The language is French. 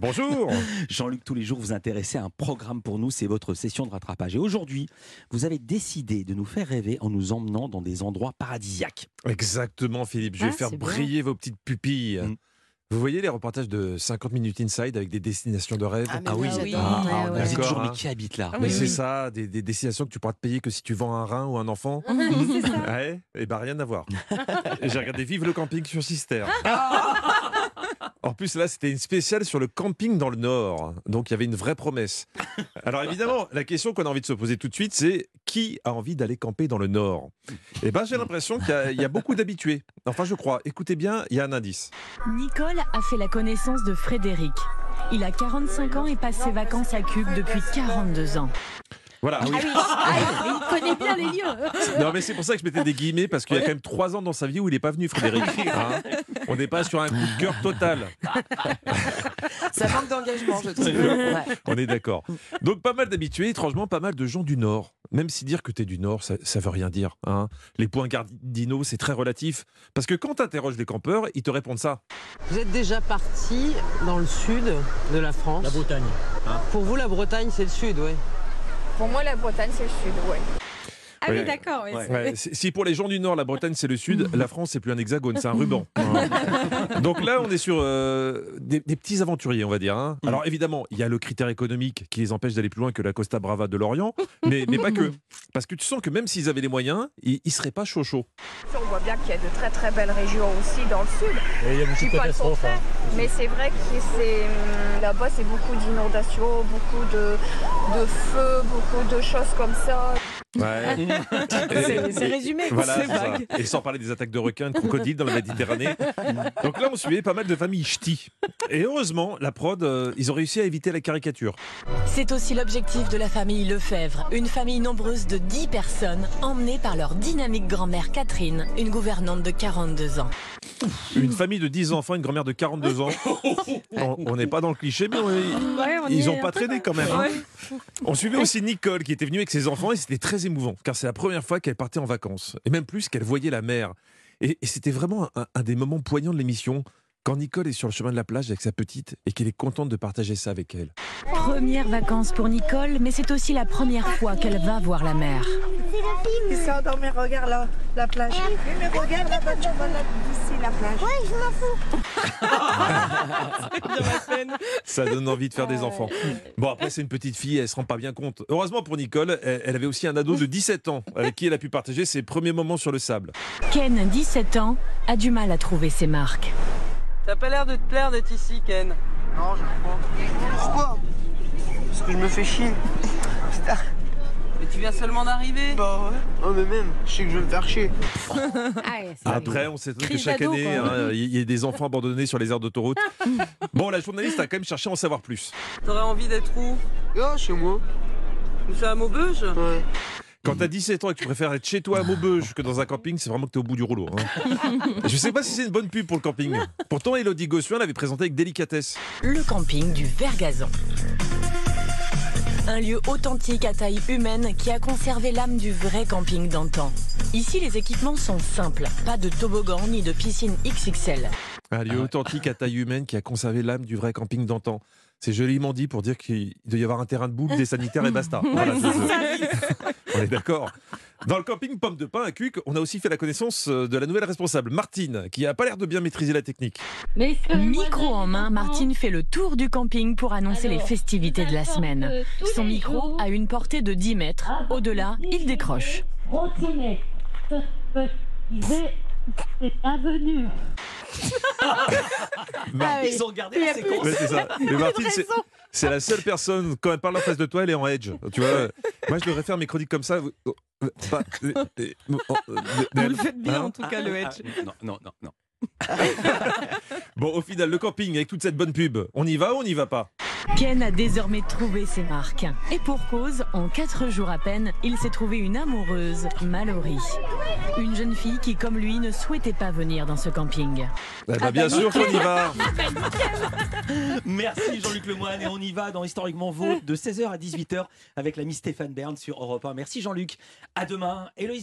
Bonjour Jean-Luc, tous les jours, vous intéressez à un programme pour nous, c'est votre session de rattrapage. Et aujourd'hui, vous avez décidé de nous faire rêver en nous emmenant dans des endroits paradisiaques. Exactement, Philippe. Je vais Ah, faire c'est bien. briller vos petites pupilles. Mm. Vous voyez les reportages de 50 minutes inside avec des destinations de rêve Ah oui, oui, Ah, j'adore. ah, Vous Ouais, êtes d'accord, toujours, mais hein. qui habite là Ah Mais oui, c'est oui. ça, des, des destinations que tu pourras te payer que si tu vends un rein ou un enfant. Ah, Ouais, et bah rien à voir. J'ai regardé Vive le camping sur Sister. En plus, là, c'était une spéciale sur le camping dans le Nord. Donc, il y avait une vraie promesse. Alors, évidemment, la question qu'on a envie de se poser tout de suite, c'est qui a envie d'aller camper dans le Nord Eh ben, j'ai l'impression qu'il y a- il y, a beaucoup d'habitués. Enfin, je crois. Écoutez bien, il y a un indice. Nicole a fait la connaissance de Frédéric. Il a 45 ans et passe ses vacances à Cube depuis 42 ans. Voilà. Ah oui, ah, il connaît bien les lieux. Non, mais c'est pour ça que je mettais des guillemets, parce qu'il y a quand même trois ans dans sa vie où il n'est pas venu, Frédéric. Hein On n'est pas sur un coup de cœur total. Ça manque d'engagement, je trouve. Ouais. On est d'accord. Donc pas mal d'habitués, étrangement pas mal de gens du Nord. Même si dire que t'es du Nord, ça, ça veut rien dire. hein. Les points cardinaux, c'est très relatif. Parce que quand t'interroges les campeurs, ils te répondent ça. Vous êtes déjà parti dans le sud de la France. La Bretagne. Pour vous, la Bretagne, c'est le sud, oui. Pour moi, la Bretagne, c'est le sud, ouais. Ah Ouais. oui, d'accord. oui, c'est- Ouais, c'est- si pour les gens du Nord, la Bretagne, c'est le Sud, la France, c'est plus un hexagone, c'est un ruban. Hein. Donc là, on est sur euh, des, des petits aventuriers, on va dire. hein. Alors évidemment, il y a le critère économique qui les empêche d'aller plus loin que la Costa Brava de l'Orient, mais, mais pas que. Parce que tu sens que même s'ils avaient les moyens, ils, ils seraient pas chaud chaud. On voit bien qu'il y a de très très belles régions aussi dans le sud. Et il y a Je beaucoup dis de pas le catastrophes. contraire, hein. mais c'est vrai que c'est hum, là-bas, c'est beaucoup d'inondations, beaucoup de, de feux, beaucoup de choses comme ça. Ouais. C'est c'est résumé. quoi. Voilà, c'est ça. Et sans parler des attaques de requins, de crocodiles dans la Méditerranée. Donc là, on suivait pas mal de familles ch'tis. Et heureusement, la prod, euh, ils ont réussi à éviter la caricature. C'est aussi l'objectif de la famille Lefebvre, une famille nombreuse de 10 personnes, emmenée par leur dynamique grand-mère Catherine, une gouvernante de 42 ans. Une famille de 10 enfants, une grand-mère de 42 ans. On on n'est pas dans le cliché, mais on est- Ouais, on y ils est n'ont un pas peu. traîné quand même. hein. Ouais. On suivait aussi Nicole qui était venue avec ses enfants et c'était très émouvant car c'est la première fois qu'elle partait en vacances et même plus qu'elle voyait la mer. Et, et c'était vraiment un, un des moments poignants de l'émission quand Nicole est sur le chemin de la plage avec sa petite et qu'elle est contente de partager ça avec elle. Première vacances pour Nicole, mais c'est aussi la première fois qu'elle va voir la mer. Ils sont dans mes regards là, la plage. Hein? Mais regarde là-bas, tu vois là, d'ici la plage. Ça donne envie de faire des enfants. Bon, après, c'est une petite fille, elle se rend pas bien compte. Heureusement pour Nicole, elle, elle avait aussi un ado de 17 ans avec qui elle a pu partager ses premiers moments sur le sable. Ken, 17 ans, a du mal à trouver ses marques. T'as pas l'air de te plaire d'être ici, Ken. Non, je crois. Pourquoi Parce que je me fais chier. Mais tu viens seulement d'arriver. Bah ouais. Oh, mais même, je sais que je vais me faire chier. Ah ouais, c'est Après, on s'étonne que Crise chaque d'ado, année, quoi. hein, il y a des enfants abandonnés sur les aires d'autoroute. Bon, la journaliste a quand même cherché à en savoir plus. T'aurais envie d'être où Ah, chez moi. Nous sommes à Maubeuge Ouais. Quand t'as 17 ans et que tu préfères être chez toi à Maubeuge que dans un camping, c'est vraiment que t'es au bout du rouleau. hein. Je sais pas si c'est une bonne pub pour le camping. Pourtant, Elodie Gossuin l'avait présenté avec délicatesse. le camping du Vergazon. Un lieu authentique à taille humaine qui a conservé l'âme du vrai camping d'antan. Ici, les équipements sont simples, pas de toboggan ni de piscine XXL. Un lieu Ah, authentique à taille humaine qui a conservé l'âme du vrai camping d'antan. C'est joliment dit pour dire qu'il doit y avoir un terrain de boules, des sanitaires et basta. Voilà, c'est- on est d'accord. Dans le camping Pomme de Pain à Cuc, on a aussi fait la connaissance euh, de la nouvelle responsable, Martine, qui a pas l'air de bien maîtriser la technique. Micro en main, Martine fait le tour du camping pour annoncer les festivités de la semaine. Son micro a une portée de 10 mètres. Au-delà, il décroche. Ah Mar- Ils ont gardé la séquence. Ouais, c'est ça. Mais Martine, c'est- c'est la seule personne, quand elle parle en face de toi, elle est en edge. Tu vois, euh, moi, je devrais faire mes chroniques comme ça. Vous- euh, pas- euh, euh, euh, euh, Vous le faites bien Hein en tout cas, le Edge. Ah, Non, non, non, non. Bon, au final, le camping avec toute cette bonne pub, on y va ou on n'y va pas Ken a désormais trouvé ses marques. Et pour cause, en quatre jours à peine, il s'est trouvé une amoureuse, Mallory. Une jeune fille qui, comme lui, ne souhaitait pas venir dans ce camping. Eh ben, Bien sûr qu'on y va. Merci Jean-Luc Lemoyne et on y va dans Historiquement Vaut de 16h à 18h avec l'ami Stéphane Bern sur Europe 1. Merci Jean-Luc. À demain. Héloïse